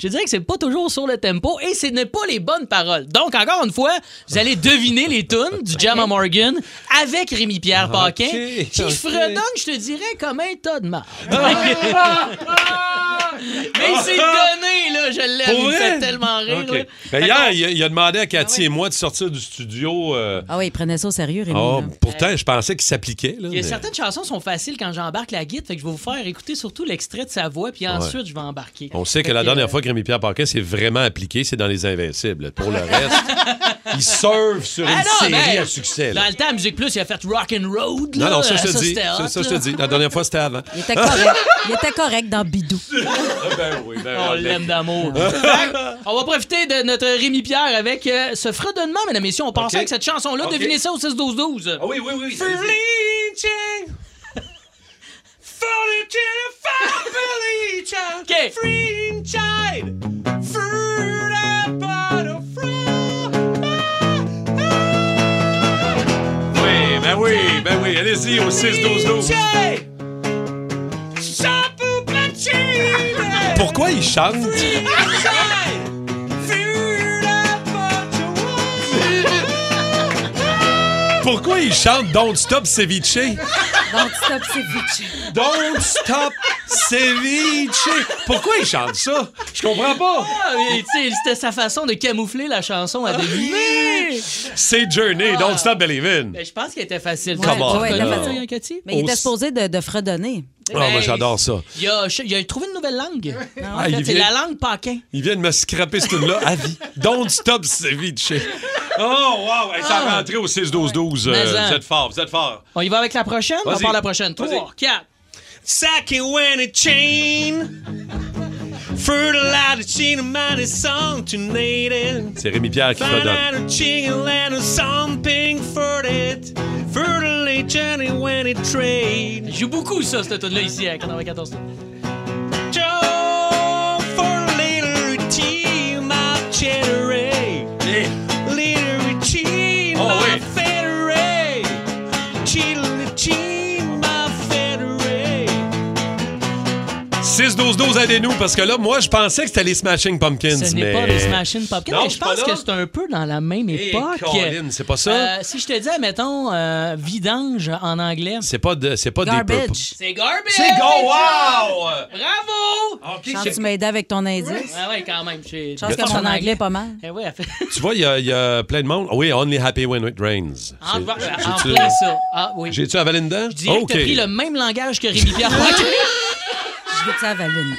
Je dirais que c'est pas toujours sur le tempo et ce n'est pas les bonnes paroles. Donc, encore une fois, vous allez deviner les tunes du Jam à Morgan avec Rémi Pierre Ah, ok, Paquin qui ok. Ah, fredonne, je te dirais, comme un tas de marde. Mais il s'est donné, là. Je l'aime. Pour Il me vrai? fait tellement rire. OK. là. Ah Ben, hier, il a, il a demandé à Cathy et moi de sortir du studio. euh, Ah oui, il prenait ça au sérieux, Rémi. oh, là. pourtant, je pensais qu'il s'appliquait. là, Hum. Il y a mais- certaines chansons sont faciles quand j'embarque la guide, fait que je vais vous faire écouter surtout l'extrait de sa voix, puis ensuite je vais embarquer. On sait que Fait la dernière euh, fois que Rémi Pierre Paquet s'est vraiment appliqué, c'est dans Les Invincibles. Pour le reste, il surfe sur Ah une non, série mais- à succès. là. Dans le temps, à Musique Plus, il a fait Rock and Road. Non, là. non, ça, je te dis. c'était hot, Ça, ça, je là. te dis. La dernière fois, c'était avant. Il était correct. il était correct dans Bidou. ben oui, ben On oui. l'aime d'amour. Fait que, on va profiter de notre Rémi Pierre avec euh, ce fredonnement, mesdames et messieurs. On pensait Ok. que cette chanson-là, Ok. Oh. devinez ça au 6-12-12. Ah oui, oui. Fleeching! OK. Oui, ben oui, ben oui. Allez-y au 6-12-12. Pourquoi il chante? Pourquoi il chante Don't Stop Ceviche? Donc, stop, c'est bitch. Don't Stop Ceviche. Pourquoi il chante ça? Je comprends pas. Ah, mais, tu sais, C'était sa façon de camoufler la chanson à deviner. C'est Journey, Don't Stop Believin'. Mais je pense qu'elle était facile. Ouais, Come on, ouais, là. la Tu facile. sais, hein, Cathy? Mais il était Aussi- supposé de, de fredonner. Oh, moi, j'adore ça. Il a, il a trouvé une nouvelle langue. En Ah, fait, il c'est vient- la langue paquin. Il vient de me scraper ce tune-là à vie. Don't Stop Ceviche. Oh, wow! Hey, ça a rentré au 6-12-12. euh, Mais, hein. vous êtes fort, vous êtes fort. On y va avec la prochaine? On Vas-y. part la prochaine. Vas-y. 3, 4. Sake when a chain. Fertilizer chain, mighty song to native. C'est Rémi Pierre qui Find fredonne. out a chicken land or something for it. Fertilizer when it trade. Joue beaucoup ça, cette tune là ici à 94. Joe for a little tea, my cheddar egg. Little tea, Oh, my wait. feather egg. Chili tea, my feather egg. 6-12-12, aidez-nous, parce que là, moi, je pensais que c'était les Smashing Pumpkins. Ce n'est mais... pas les Smashing Pumpkins, Non, mais je c'est pense pas là. que c'est un peu dans la même Eh, époque. Colin, c'est pas ça? Euh, si je te dis, mettons, vidange en anglais. C'est pas, de, c'est pas des Purple. C'est garbage. C'est go- wow! Bravo! Ok, Chance, tu m'as aidé avec ton indice. Ah ouais, quand même. Je Chance que mon anglais est pas mal. Eh ouais, elle fait. Tu vois, il y, a- il y a plein de monde. Oui, Only Happy When It Rains. En, en j'ai-tu- plein bah, ça. Ah oui. J'ai-tu avalé dedans? Ah, Je dirais que t'as pris le même langage que Rémi Pierre. Je vais te la valide.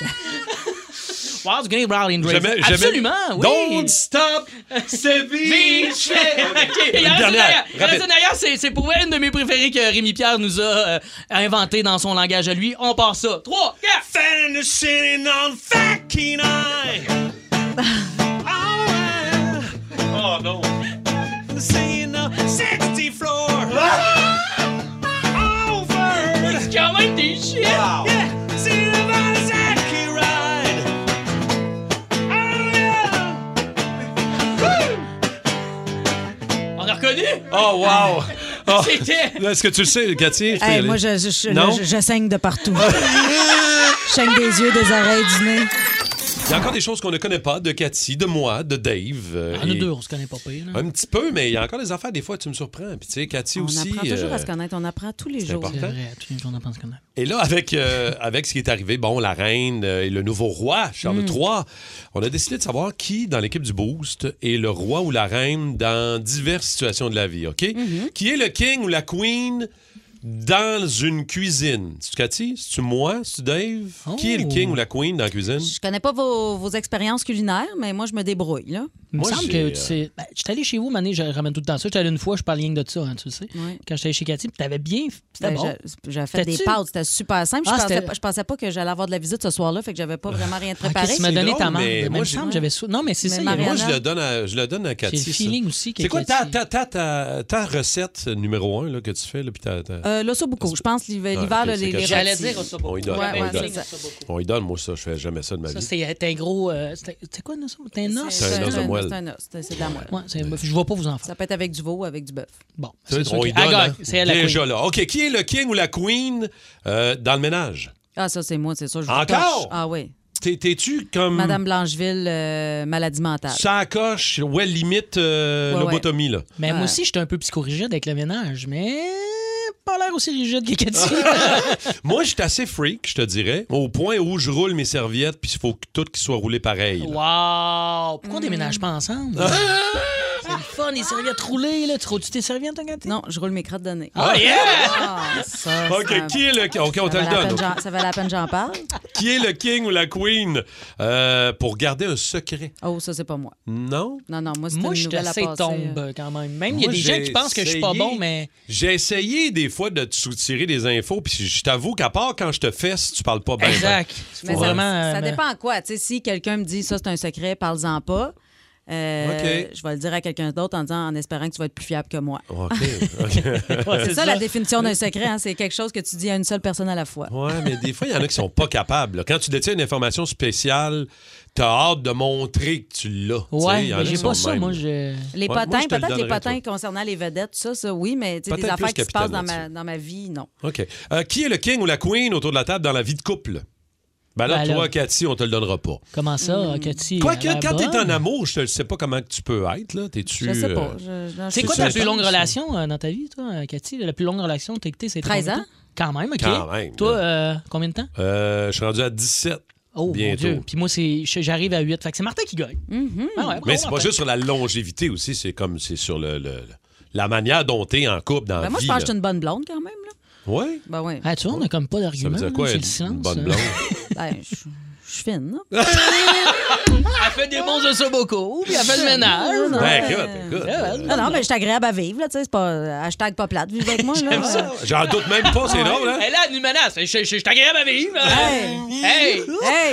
wow, du Green Brown in Jamais- jamais- Absolument, oui. Don't stop, ceviche! OK, Il y en reste une Une dernière, dernière. Il en reste rapide. une dernière. C'est c'est pour vrai une de mes préférées que Rémi Pierre nous a euh, inventé dans son langage à lui. On part ça. 3, 4. Fat in the city, non fucking I. Oh non! Saying the 60 floor. Ah! Over. C'est quand même des shit. Yeah, yeah. See the vines that can ride. Ah, Oh, yeah. On a reconnu? Oh wow! Oh. C'était- Est-ce que tu le sais, Cathy? Je peux y Hey, aller. moi, je, je, je- Non? Ah. je- je saigne de partout. je saigne des yeux, des oreilles, du nez. Il y a encore des choses qu'on ne connaît pas de Cathy, de moi, de Dave. euh, Ah, nous et- deux, on se connaît pas pire. là. Un petit peu, mais il y a encore des affaires. Des fois, tu me surprends. Puis, tu sais, Cathy On aussi. apprend toujours euh, à se connaître. On apprend tous les c'est jours. C'est important. vrai, tout le monde en pense qu'on a. Et là, avec, euh, avec ce qui est arrivé, bon, la reine euh, et le nouveau roi, Hmm. Charles III, on a décidé de savoir qui, dans l'équipe du Boost, est le roi ou la reine dans diverses situations de la vie, OK? Mhm. Qui est le king ou la queen dans une cuisine? C'est-tu Cathy? C'est-tu moi? C'est-tu Dave? Qui est le king ou la queen dans la cuisine? Oh. Je connais pas vos, vos expériences culinaires, mais moi, je me débrouille. Là. Il me Moi, semble j'ai, que tu sais. Ben, j'étais allé chez vous, Mané, je ramène tout le temps ça. J'étais allé une fois, je parle rien que de ça, hein, tu le sais. Ouais. Quand j'étais allé chez Cathy, puis t'avais bien. C'était Ben, bon. je- J'avais fait des T'as-tu- pâtes. C'était Ah, super simple. Ah, je, pensais c'était- pas, je pensais pas que j'allais avoir de la visite ce soir-là, fait que j'avais pas vraiment rien de Ok, préparé. Ah, tu m'as donné drôle, ta mais main. moi, Moi, j'ai- je que j'avais sou- Non, mais c'est Mais ça. il y a- Mariana- Moi, je le donne à, je le donne à Cathy. J'ai le feeling ça. aussi que C'est quoi ta, Cathy- ta, ta, ta, ta recette numéro un là, que tu fais? Là, puis ta- Ah. ta- Euh, l'osso beaucoup. Je pense l'hiver, Ah, l'hiver, ok, là, c'est les, les quelque J'allais rôtis. dire au On y donne, Ouais, on y ouais, donne. c'est ça. On y donne, moi, ça, je fais jamais ça de ma Ça, vie. c'est un gros. euh, C'était c'était quoi, non, ça? C'était un os? C'est un os à moelle. C'est un os. C'est- C'est de la moelle. Ouais, c'est- je vois pas vous en faire. Ça peut être avec du veau, avec du bœuf. Bon. Ça, c'est sûr on que- y Ah, donne, gars, hein. c'est elle, la Déjà queen. là. OK, qui est le king ou la queen euh, dans le ménage? Ah, ça, c'est moi, c'est ça. je vous Encore? coche. Ah oui. T'es- T'es-tu comme... Madame Blancheville, euh, maladie mentale. Ça coche, ouais, limite euh, Ouais, ouais. lobotomie, là. Mais moi Ouais. aussi, j'étais un peu psychorigide avec le ménage, mais pas l'air l'air aussi rigide que Cathy. Moi, je suis assez freak, je te dirais, au point où je roule mes serviettes, puis il faut que tout qui soit roulé pareil. là. wow! Pourquoi on déménage Mm. pas ensemble? C'est le fun, les serviettes roulées, là. Tu roules-tu tes serviettes, toi, Cathy? Non, je roule mes crottes de nez. Ah, yeah! Ah, ça, OK, ça- qui est le... OK, on te ça le valait la peine donne. j'en- Ça valait la peine, j'en parle. Qui est le king ou la queen euh, pour garder un secret? Oh, ça, c'est pas moi. Non? Non, non, moi, c'était Moi, une je suis nouvelle à assez passer, euh. tombe quand même. Même, il y a Moi, des gens j'ai qui pensent que je suis pas essayé- bon, mais. J'ai essayé des fois de te soutirer des infos, puis je t'avoue qu'à part quand je te fesse, tu parles pas bien. Exact. Mais ça, euh, ça dépend quoi. Tu sais, si quelqu'un me dit ça, c'est un secret, parle-en pas. euh, OK. Je vais le dire à quelqu'un d'autre en disant en espérant que tu vas être plus fiable que moi. OK, OK. c'est ça, la définition d'un secret. hein, c'est quelque chose que tu dis à une seule personne à la fois. Ouais, mais des fois, il y en a qui sont pas capables. là. Quand tu détiens une information spéciale, t'as hâte de montrer que tu l'as. Tu sais, il y en a qui sont de même. Les Ouais, moi, potins, je te le peut-être les donnerais, potins concernant les vedettes, ça, ça, oui, mais tu sais, des Peut-être affaires plus qui se passent dans capitale ma, dans ma vie, non. toi. OK. Euh, qui est le king ou la queen autour de la table dans la vie de couple? Ben là, Ben là. toi, Cathy, on te le donnera pas. Comment Mm. ça, Cathy? euh, Quoique, Elle a quand t'es bonne. en amour, je ne sais pas comment que tu peux être. Là. T'es-tu, Je sais pas. euh, Je- je- C'est C'est quoi ça, ta je plus longue pense, relation euh, dans ta vie, toi, euh, Cathy? La plus longue relation que t'as écoutée, c'est 13 combien de ans. temps? Quand même, OK. Quand même, Toi, euh, combien de temps? euh, je suis rendu à 17 Oh, mon bientôt. Dieu. Puis moi, c'est- je- j'arrive à 8. Fait que c'est Martin qui gagne. Mm-hmm. Ah ouais, bravo, Mais c'est pas Martin. juste sur la longévité aussi, c'est comme c'est sur le, le- la manière dont t'es en couple dans Ben, la moi, je vie. pense que je suis une bonne blonde quand même. Là. Oui? Ben oui. Ah, tu vois, on a comme pas Ça d'argument. veut dire là, quoi, c'est une, le silence. une bonne hein. blonde? Ben, je je suis fine. là. Elle fait des bons de Soboko, puis elle fait le ménage. Non, Ben, euh, écoute, écoute. Non, non, mais je suis agréable à vivre, là, tu sais, c'est pas euh, hashtag pas plate, vivez avec moi, là. J'aime ça. J'en doute même pas, c'est drôle, hein? Elle a une menace. Je, je, je t'agréable à vivre. Hey! Hey,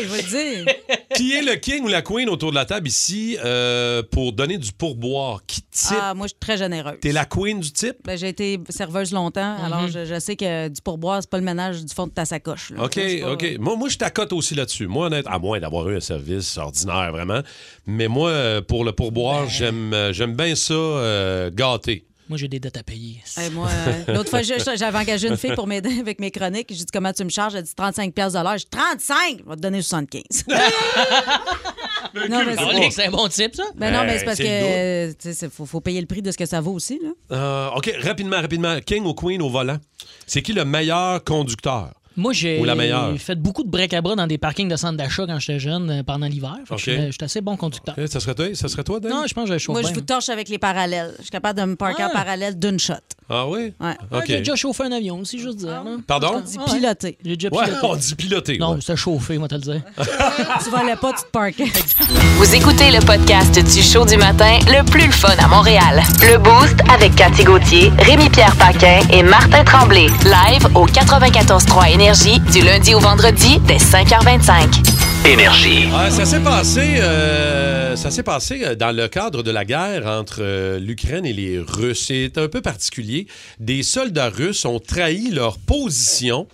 je veux le dire. Qui est le king ou la queen autour de la table ici euh, pour donner du pourboire? Qui type? Ah, moi, je suis très généreuse. T'es la Mm-hmm. queen du type? Ben, j'ai été serveuse longtemps, alors je, je sais que du pourboire, c'est pas le ménage du fond de ta sacoche. là. OK, C'est pas- OK. Moi, moi, je t'accote aussi là-dessus. Moi, honnête, à moins d'avoir eu un service ordinaire, vraiment. Mais moi, euh, pour le pourboire, j'aime euh, j'aime bien ça euh, gâter. Moi, j'ai des dettes à payer. Eh, moi, euh, l'autre fois, je- je- j'avais engagé une fille pour m'aider avec mes chroniques. J'ai dit comment tu me charges? Elle dit 35 pièces de l'heure. J'ai dit 35, je vais te donner 75. non, mais Ah, c'est C'est un bon type, ça? ben non, mais Ben, c'est parce c'est que le doute. euh, tu sais, faut, faut payer le prix de ce que ça vaut aussi. Là. Euh, OK, rapidement, rapidement. King ou queen au volant? C'est qui le meilleur conducteur? Moi, j'ai Ou la meilleure. fait beaucoup de break-à-bras dans des parkings de centres d'achat quand j'étais jeune euh, pendant l'hiver. Fait que OK. je suis- Je suis assez bon conducteur. Eh, Ça serait toi, ça serait toi Dan? Non, je pense que je chauffe Moi, bien. hein. je vous torche avec les parallèles. Je suis capable de me parker en Ah. parallèle d'une shot. Ah oui? Ouais. Ah, OK. J'ai déjà chauffé un avion, si j'ose dire. là. Pardon? Dis Ah ouais. piloter. J'ai déjà Ouais, piloté. on dit piloter. Non, ouais. c'est chauffé, moi, te le dire. Ah. tu volais pas, tu te parkais. Vous écoutez le podcast du show du matin le plus le fun à Montréal. Le Boost avec Cathy Gauthier, Rémi-Pierre Paquin et Martin Tremblay. Live au 94.3 Énergie du lundi au vendredi dès 5h25. Énergie. Ah, ça s'est passé, euh, ça s'est passé euh, dans le cadre de la guerre entre euh, l'Ukraine et les Russes. C'est un peu particulier. Des soldats russes ont trahi leur position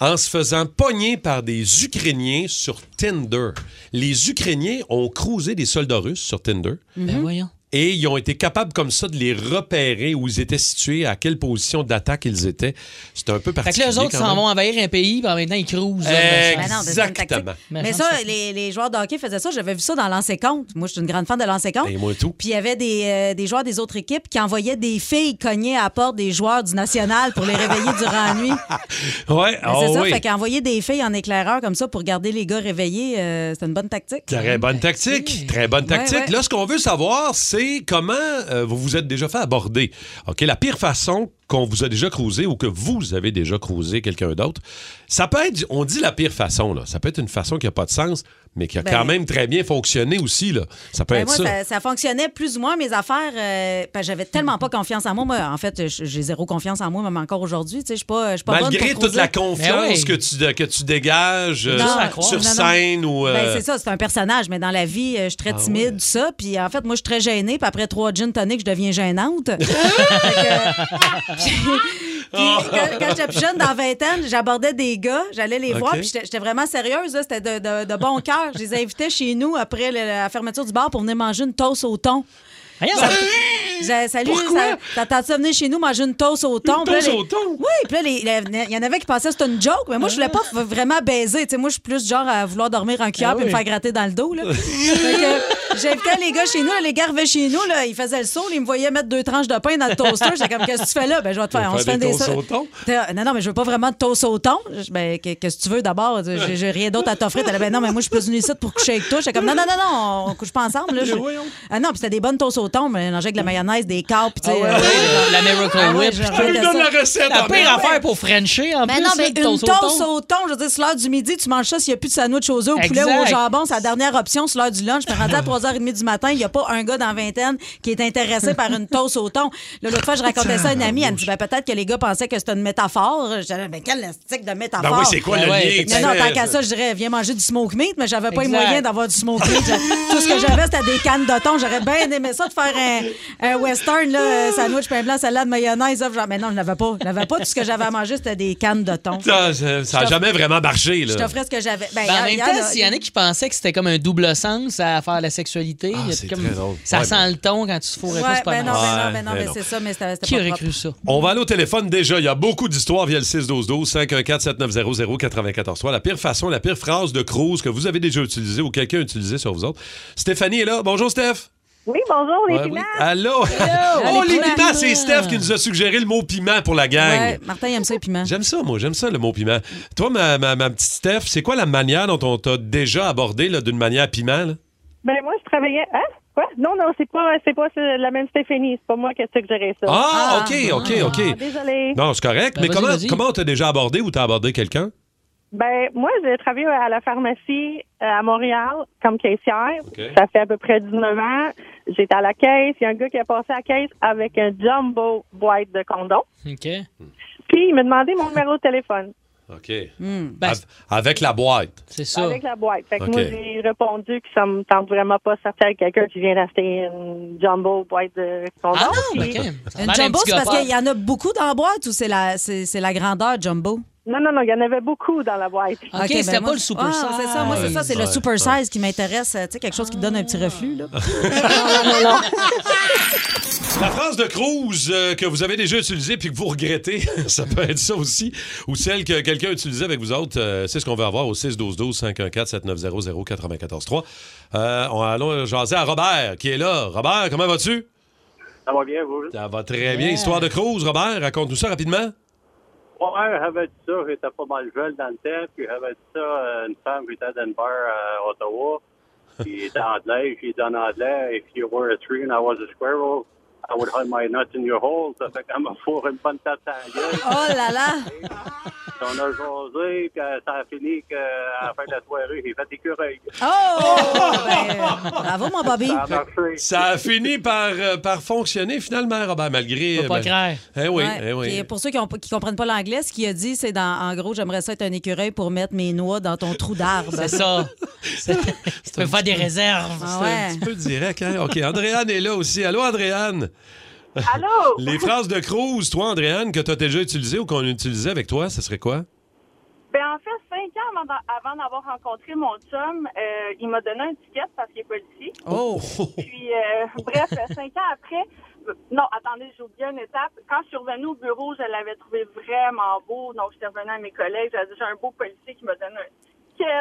en se faisant pogner par des Ukrainiens sur Tinder. Les Ukrainiens ont cruisé des soldats russes sur Tinder. Mhm. Ben voyons. Et ils ont été capables comme ça de les repérer où ils étaient situés, à quelle position d'attaque ils étaient. C'était un Fait peu que là, particulier. eux autres quand s'en même. vont envahir un pays, puis en même temps, ils cruisent. là, Exact. dans le Ben non, champ. c'est une tactique. Exactement. Mais Mais ça, ça, c'est- les, les joueurs de hockey faisaient ça. J'avais vu ça dans l'ancien compte. Moi, je suis une grande fan de l'ancien compte. Et Ben, moi tout. Puis il y avait des, euh, des joueurs des autres équipes qui envoyaient des filles cogner à la porte des joueurs du national pour les réveiller durant la nuit. Ouais, Ben, Mais ah c'est ça, oui. fait qu'envoyer des filles en éclaireur comme ça pour garder les gars réveillés, euh, c'est une bonne tactique. Très bonne tactique. Très bonne tactique. ben, Ouais, ouais. Là, ce qu'on veut savoir, c'est comment euh, vous vous êtes déjà fait aborder. OK? La pire façon qu'on vous a déjà cruisé ou que vous avez déjà cruisé quelqu'un d'autre, ça peut être, on dit la pire façon, là. Ça peut être une façon qui n'a pas de sens, mais qui a Ben- quand même très bien fonctionné aussi, là. Ça peut Ben, être moi, ça. ça, ça fonctionnait plus ou moins mes affaires. euh, parce que j'avais tellement pas confiance en moi. Moi, en fait, j- j'ai zéro confiance en moi, même encore aujourd'hui. Tu sais, je suis pas, je suis pas bonne Malgré pour toute la cruiser. confiance Ben oui. que, tu, que tu dégages euh, Non, à croire. sur non, non. scène ou. euh, Ah Ben, c'est ça, c'est un personnage, mais dans la vie, euh, je suis très timide, tout ça. Puis en fait, moi, je suis très gênée. Puis après trois gin tonic, je deviens gênante. Fait que- Puis- Ah. puis quand, quand j'étais plus jeune, dans 20 ans, j'abordais des gars, j'allais les voir, Ok. puis j'étais j'étais vraiment sérieuse. là, C'était de, de- de bon cœur. Je les invitais chez nous après le- la fermeture du bar pour venir manger une toast au thon. Voyons, Ça- J'ai- Salut, ça- t'attends-tu de venir chez nous manger une toast au thon? Une Puis là, toast les- au Oui, puis là, les- les- il y en avait qui pensaient que c'était une joke, mais moi, je voulais pas v- vraiment baiser. Tu sais, moi, je suis plus genre à vouloir dormir en cuillère Ah puis me oui. faire gratter dans le dos. là. Fait que J'invitais les gars chez nous, là, les gars revenaient chez nous, là, ils faisaient le saut, là, ils me voyaient mettre deux tranches de pain dans le toaster. J'étais comme, qu'est-ce que tu fais là? Ben, je vais te Tu faire, vas on se faire fait des des toasts ça- au thon? T'as- euh, Non, non, mais je veux pas vraiment de toast au thon. Je- Ben, que- qu'est-ce que tu veux d'abord? J'ai j'ai rien d'autre à t'offrir. T'as dit, ben non, mais moi, je suis plus une ici pour coucher avec toi. J'étais comme, non, non, non, non, on couche pas ensemble. Là, Mais Je- voyons. Ah non, puis c'était des bonnes toasts au thon, mélangées avec de la mayonnaise, des câbles, puis tu Ah sais. euh, La Miracle Ah ouais, Whip. je regardais Tu me donnes ça. la recette, La en pire même. affaire pour Frencher, en Mais plus. Ben non, mais là, une le toast toast au thon. au thon, je veux dire, c'est l'heure du midi, tu manges ça s'il n'y a plus de sandwich aux œufs, au poulet ou au Exact. jambon, c'est la dernière option, c'est l'heure du lunch. Je me rendais à 3h30 du matin, il n'y a pas un gars dans la vingtaine qui est intéressé par une toast au thon. Là, L'autre fois, je racontais ça à une amie, elle me dit, ben, peut-être que les gars pensaient que c'était une métaphore. Je disais, ben, quelle estique de métaphore. Ben oui, c'est quoi le Ben lien ouais, que tu Non, non, fais? euh, tant qu'à ça, je dirais, viens manger du smoke meat, mais j'avais pas les Exact. moyens d'avoir du smoke meat. J'avais- Tout ce que j'avais, c'était des cannes de thon. J'aurais bien aimé ça de faire un, un western, là, euh, sandwich, pain blanc, salade, mayonnaise. œuf, genre. Mais non, je n'avais pas. Je n'avais pas. Tout ce que j'avais à manger, c'était des cannes de thon. Ça, ça- ça a Je t'offre- jamais vraiment marché, Je là. t'offrais ce que j'avais. Ben, Ben, en y- même y temps, a- s'il y en a qui pensaient que c'était comme un double sens à faire la sexualité, il y a Ah, c'est comme- très drôle. ça Ouais, sent le ton quand tu te fourrais pas, Ouais, c'est pas ben non, mal. ben Ouais, non, ben non, mais mais non. c'est ça, mais c'était c'était Qui pas aurait propre. cru ça? On va aller au téléphone déjà. Il y a beaucoup d'histoires via le 612-12, 514-7900-94. Toi, La pire façon, la pire phrase de Cruz que vous avez déjà utilisée ou quelqu'un a utilisée sur vous autres. Stéphanie est là. Bonjour, Steph. Oui, bonjour, les Ouais, oui. piments. Allô? Allô, oh, les les piments, piments. c'est Steph qui nous a suggéré le mot piment pour la gang. Ouais, Martin, il aime ça, les piments. J'aime ça, moi. J'aime ça, le mot piment. Toi, ma, ma- ma petite Steph, c'est quoi la manière dont on t'a déjà abordé là, d'une manière piment? là? Ben, moi, je travaillais. Hein? Quoi? Non, non, c'est pas, c'est pas euh, la même Stéphanie. C'est pas moi qui ai suggéré ça. Ah, OK, OK, OK. Ah, désolée. Non, c'est correct. Ben, mais vas-y, comment, vas-y. comment on t'a déjà abordé ou t'as abordé quelqu'un? Ben, moi, j'ai travaillé à la pharmacie euh, à Montréal comme caissière. OK. Ça fait à peu près 19 ans. J'étais à la caisse. Il y a un gars qui a passé à la caisse avec un jumbo boîte de condom. OK. Hmm. Puis, il m'a demandé mon numéro de téléphone OK. Av- avec la boîte. Ben, C'est avec la boîte. Fait que OK. moi, j'ai répondu que ça me tente vraiment pas de sortir avec quelqu'un qui vient d'acheter une jumbo boîte de Ah Ah, condom. Puis- Une jumbo, c'est parce qu'il y en a beaucoup dans la boîte ou c'est la, c'est, c'est la grandeur jumbo? Non, non, non, il y en avait beaucoup dans la boîte. OK, ben moi, ah, C'est ça, moi, c'est ça, c'est le Ouais. super size qui m'intéresse. euh, Tu sais, quelque chose qui te donne un petit reflux, là. La phrase de Cruz euh, que vous avez déjà utilisée puis que vous regrettez, ça peut être ça aussi, ou celle que quelqu'un utilisait avec vous autres, euh, c'est ce qu'on veut avoir au 6 12 12 514 7900 94 3. Euh, on allons jaser à Robert qui est là. Robert, comment vas-tu Ça va bien, vous? Ça va très bien. Histoire de Cruz, Robert, raconte-nous ça rapidement. Ouais, j'avais dit ça, j'étais pas mal jeune dans le temps, puis j'avais dit ça à une femme qui était à Denver, à Ottawa, qui était anglaise, j'ai dit en anglais, if you were a tree and I was a squirrel, I would hide my nuts in your hole. Ça fait qu'elle m'a fourré une bonne tête à la gueule. Oh là là! Puis On a jasé, puis euh, ça a fini qu'à la fin de la soirée, j'ai fait écureuil. Oh! Ben, bravo, mon Bobby. Ça a marché. Ça a fini par, euh, par fonctionner finalement, Robert, malgré. Faut pas mal- Eh oui, Ouais. eh oui. Puis pour ceux qui ne comprennent pas l'anglais, ce qu'il a dit, c'est dans, en gros, j'aimerais ça être un écureuil pour mettre mes noix dans ton trou d'arbre. C'est ça. C'est- Tu peux faire des réserves. Ah C'est un ouais. petit peu direct, hein? OK, Andréane est là aussi. Allô, Andréane? Ah. Allô? Les phrases de Cruz, toi, Andréane, que tu as déjà utilisées ou qu'on utilisait avec toi, ce serait quoi? Ben, en fait, cinq ans avant d'a- avant d'avoir rencontré mon chum, euh, il m'a donné un ticket parce qu'il est policier. Oh! Puis, euh, bref, cinq ans après, euh, non, attendez, j'ai oublié une étape. Quand je suis revenue au bureau, je l'avais trouvé vraiment beau. Donc, j'étais revenue à mes collègues. J'avais dit, j'ai un beau policier qui m'a donné un ticket.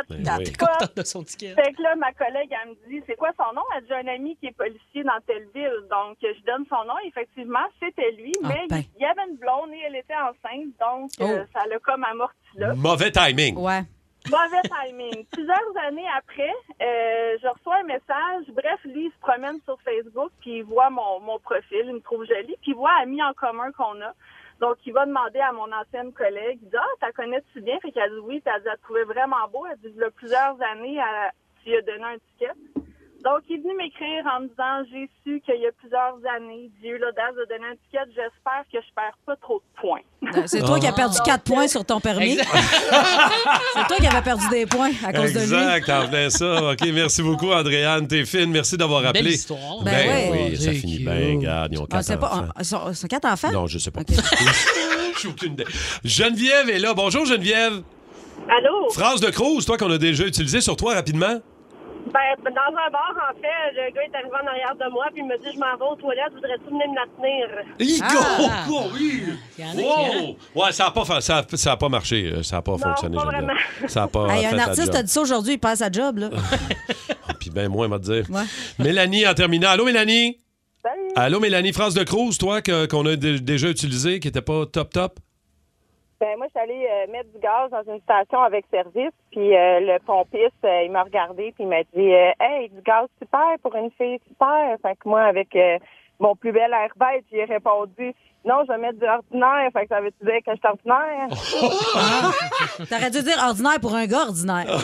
Ben Ça oui. fait. T'es contente de son ticket. Fait que là, ma collègue, elle me dit, c'est quoi son nom? Elle dit, un ami qui est policier dans telle ville. Donc, je donne son nom. Effectivement, c'était lui, Ah, mais ben. Oh. il y avait une blonde et elle était enceinte. Donc, euh, ça l'a comme amorti là. Mauvais timing. Ouais. Mauvais timing. Plusieurs années après, euh, je reçois un message. Bref, lui, il se promène sur Facebook, puis il voit mon, mon profil, il me trouve jolie, puis il voit amis en commun qu'on a. Donc, il va demander à mon ancienne collègue, il dit « Ah, t'as connais-tu bien? » Fait qu'elle dit « Oui. » Puis elle dit « Elle te trouvait vraiment beau. » Elle dit « Il y a plusieurs années, elle- tu lui as donné un ticket. » Donc, il est venu m'écrire en me disant « J'ai su qu'il y a plusieurs années, j'ai eu l'audace de donner un ticket. J'espère que je perds pas trop de points. » C'est toi Ah. qui as perdu 4 points sur ton permis. c'est toi qui avais perdu des points à cause de lui. Exact, en plein ça. OK, merci beaucoup, Andréane. T'es fine. Merci d'avoir Belle appelé. histoire. Ben, Ben ouais. oui, ça C'est finit cute. bien. Regarde, ils ont Ah, quatre c'est enfants. pas, ah, ils sont, ils sont quatre enfants? Non, je sais pas. J'ai aucune idée. Geneviève est là. Bonjour, Geneviève. Allô? Phrase de Cruz, toi, qu'on a déjà utilisée sur toi rapidement. Ben, dans un bar, en fait, le gars est arrivé en arrière de moi, puis il me dit Je m'en vais aux toilettes, voudrais-tu venir me la tenir Hi, Ah! go, go, oui! hein? Wow! Ouais, ça n'a pas, fa- ça a- ça a pas marché. euh, Ça n'a pas fonctionné. pas Geneviève. vraiment. Ça n'a pas Hey, fait un Ah, la artiste job. a dit ça aujourd'hui, il passe sa job. Là. Puis ben moi, on va te dire. Ouais. Mélanie, en terminant. Allô, Mélanie? Allô, Mélanie. France de Cruz, toi, que- qu'on a dé- déjà utilisé, qui n'était pas top, top? Ben, moi, je suis allée euh, mettre du gaz dans une station avec service, puis euh, le pompiste, euh, il m'a regardé, puis il m'a dit euh, Hey, du gaz super pour une fille super. Fait que moi, avec euh, mon plus bel air bête, j'ai répondu Non, je vais mettre du ordinaire. Fait que ça veut dire que je suis ordinaire. T'aurais dû dire ordinaire pour un gars Ah. ordinaire.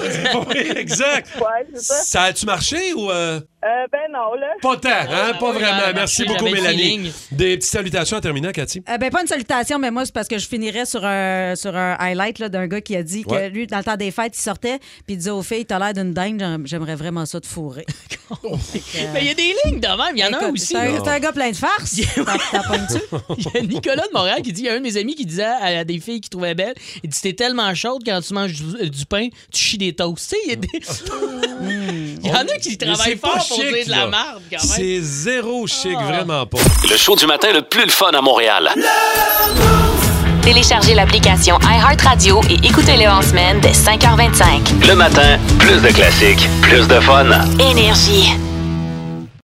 oui, exact. Ouais, c'est ça. Ça a-tu marché ou. euh, Euh, ben non, là. Pas tant, Ah, hein? Pas vraiment. j'avais Merci marché, beaucoup, j'avais le Mélanie. Des petites salutations en terminant, Cathy. Euh, ben, pas une salutation, mais moi, c'est parce que je finirais sur un, sur un highlight là, d'un gars qui a dit Ouais. que lui, dans le temps des fêtes, il sortait, puis il disait aux filles T'as l'air d'une dingue, j'aim- j'aimerais vraiment ça te fourrer. euh, Mais Ben, il y a des lignes de même, il y Ah en a un Écoute, aussi. C'est Oh. un, c'est un gars plein de farce. Il y a Nicolas de Montréal qui dit il y a un de mes amis qui disait à à des filles qui trouvaient belles, il dit T'es tellement chaude quand tu manges du, euh, du pain, tu chies des toasts. Tu sais, il y a des- il y en a qui Mais travaillent c'est pas fort pour chic, dire de la là. merde quand même. Ah. C'est zéro chic, vraiment pas. Le show du matin le plus le fun à Montréal. Téléchargez l'application iHeartRadio et écoutez-le en semaine dès 5h25. Le matin, plus de classiques, plus de fun. Énergie.